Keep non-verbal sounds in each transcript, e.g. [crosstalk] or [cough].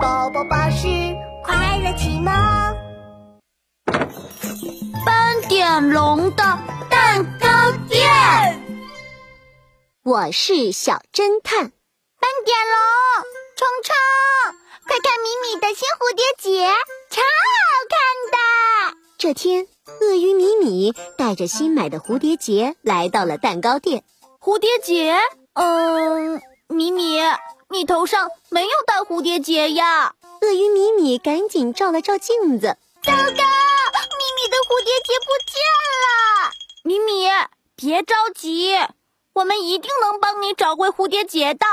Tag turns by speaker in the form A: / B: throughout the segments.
A: 宝宝巴士快乐启蒙。
B: 斑点龙的蛋糕店，
C: 我是小侦探
A: 斑点龙，冲冲，快看米米的新蝴蝶结，超好看的！
C: 这天，鳄鱼米米带着新买的蝴蝶结来到了蛋糕店。
B: 蝴蝶结？嗯，米米，你头上没有戴蝴蝶结呀？
C: 鳄鱼米米赶紧照了照镜子，
A: 糟糕，米米的蝴蝶结不见了！
B: 米米，别着急，我们一定能帮你找回蝴蝶结的。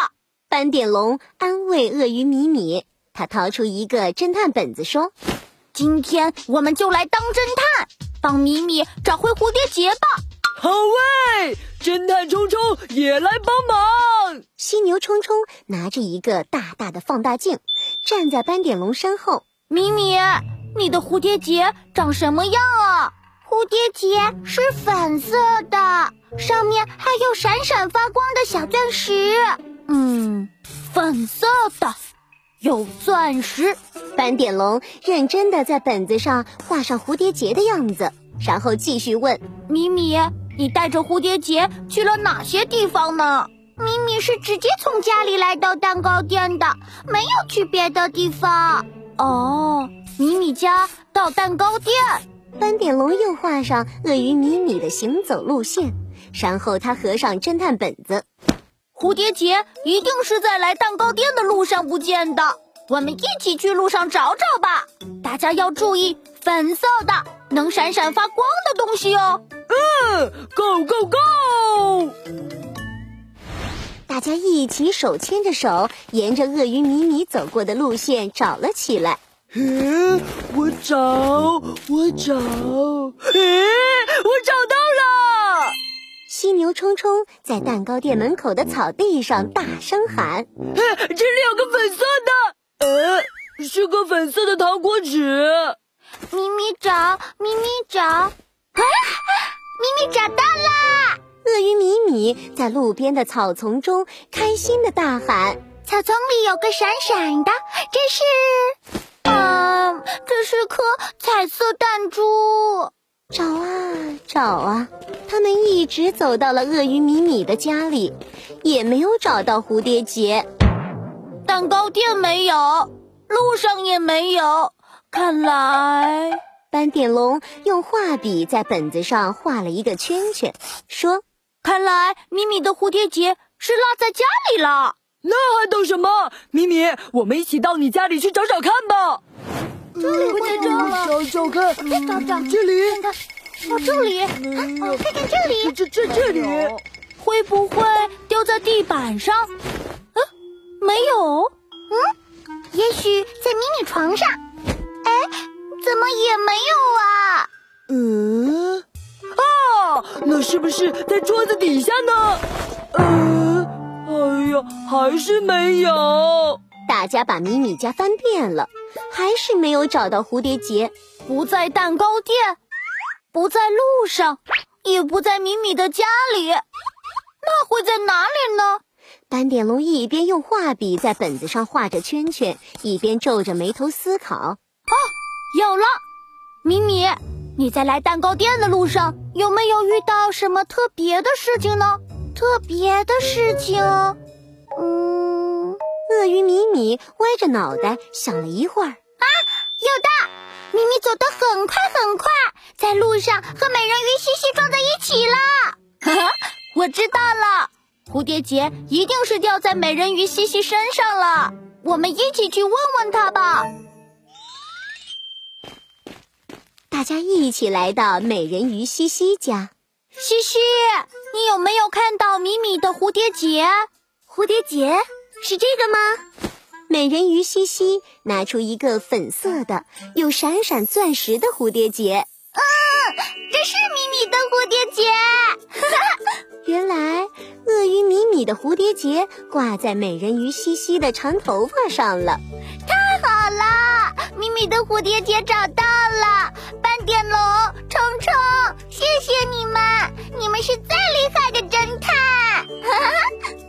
C: 斑点龙安慰鳄鱼米米，他掏出一个侦探本子说
B: 今天我们就来当侦探，帮米米找回蝴蝶结吧。
D: 好喂，侦探冲冲也来帮忙。：“
C: 犀牛冲冲拿着一个大大的放大镜，站在斑点龙身后。
B: 米米，你的蝴蝶结长什么样啊？
A: 蝴蝶结是粉色的，上面还有闪闪发光的小钻石。
B: 嗯，粉色的，有钻石。”
C: 斑点龙认真的在本子上画上蝴蝶结的样子，然后继续问
B: 米米，你带着蝴蝶结去了哪些地方呢？
A: 米米是直接从家里来到蛋糕店的，没有去别的地方。
B: 哦，米米家到蛋糕店。
C: 斑点龙又画上鳄鱼米米的行走路线，然后他合上侦探本子。
B: 蝴蝶结一定是在来蛋糕店的路上不见的，我们一起去路上找找吧。大家要注意粉色的能闪闪发光的东西哦。
D: 嗯，Go Go Go！
C: 大家一起手牵着手，沿着鳄鱼米米走过的路线找了起来。
D: 诶，我找，我找，诶，我找到了！
C: 犀牛冲冲在蛋糕店门口的草地上大声喊
D: 嘿，这里有个粉色的，呃，是个粉色的糖果纸。
A: 咪咪找，咪咪找，啊，咪咪找到啦！：“
C: 鳄鱼米米！”在路边的草丛中开心的大喊。
A: 草丛里有个闪闪的，这是，嗯，这是颗彩色弹珠。
C: 找啊找啊，他们一直走到了鳄鱼米米的家里，也没有找到蝴蝶结。
B: 蛋糕店没有，路上也没有，看来
C: 斑点龙用画笔在本子上画了一个圈圈，说
B: 看来米米的蝴蝶结是落在家里了。
D: 那还等什么？米米，我们一起到你家里去找找看吧。
A: 这
C: 嗯
A: 里不在这了，
D: 找找看，
A: 找找
D: 嗯这里，嗯
A: 哦，这里，啊，哦看看这里，
D: 这这这里，
B: 会不会掉在地板上？嗯、没有。
A: 啊
D: 嗯
A: 也许在迷你床上。哎，怎么也没有啊？
D: 嗯，啊，那是不是在桌子底下呢？呃，哎呀，还是没有。：“
C: 大家把米米家翻遍了，还是没有找到蝴蝶结。
B: 不在蛋糕店，不在路上，也不在米米的家里，那会在哪里呢？”
C: 斑点龙一边用画笔在本子上画着圈圈，一边皱着眉头思考。
B: 哦有了，米米，你在来蛋糕店的路上有没有遇到什么特别的事情呢？
A: 特别的事情，嗯，
C: 鳄鱼米米歪着脑袋想了一会
A: 啊
C: 儿，
A: 有的。咪咪走得很快很快，在路上和美人鱼西西撞在一起了。
B: [laughs] 我知道了，蝴蝶结一定是掉在美人鱼西西身上了。我们一起去问问她吧。
C: 大家一起来到美人鱼西西家。
B: 西西，你有没有看到米米的蝴蝶结？
C: 蝴蝶结是这个吗？美人鱼西西拿出一个粉色的、有闪闪钻石的蝴蝶结。
B: 哦
A: 这是咪咪的蝴蝶结，
C: [laughs] 原来，鳄鱼米米的蝴蝶结挂在美人鱼西西的长头发上了。
A: 好啦，咪咪的蝴蝶结找到了。斑点龙、冲冲，谢谢你们，你们是最厉害的侦探。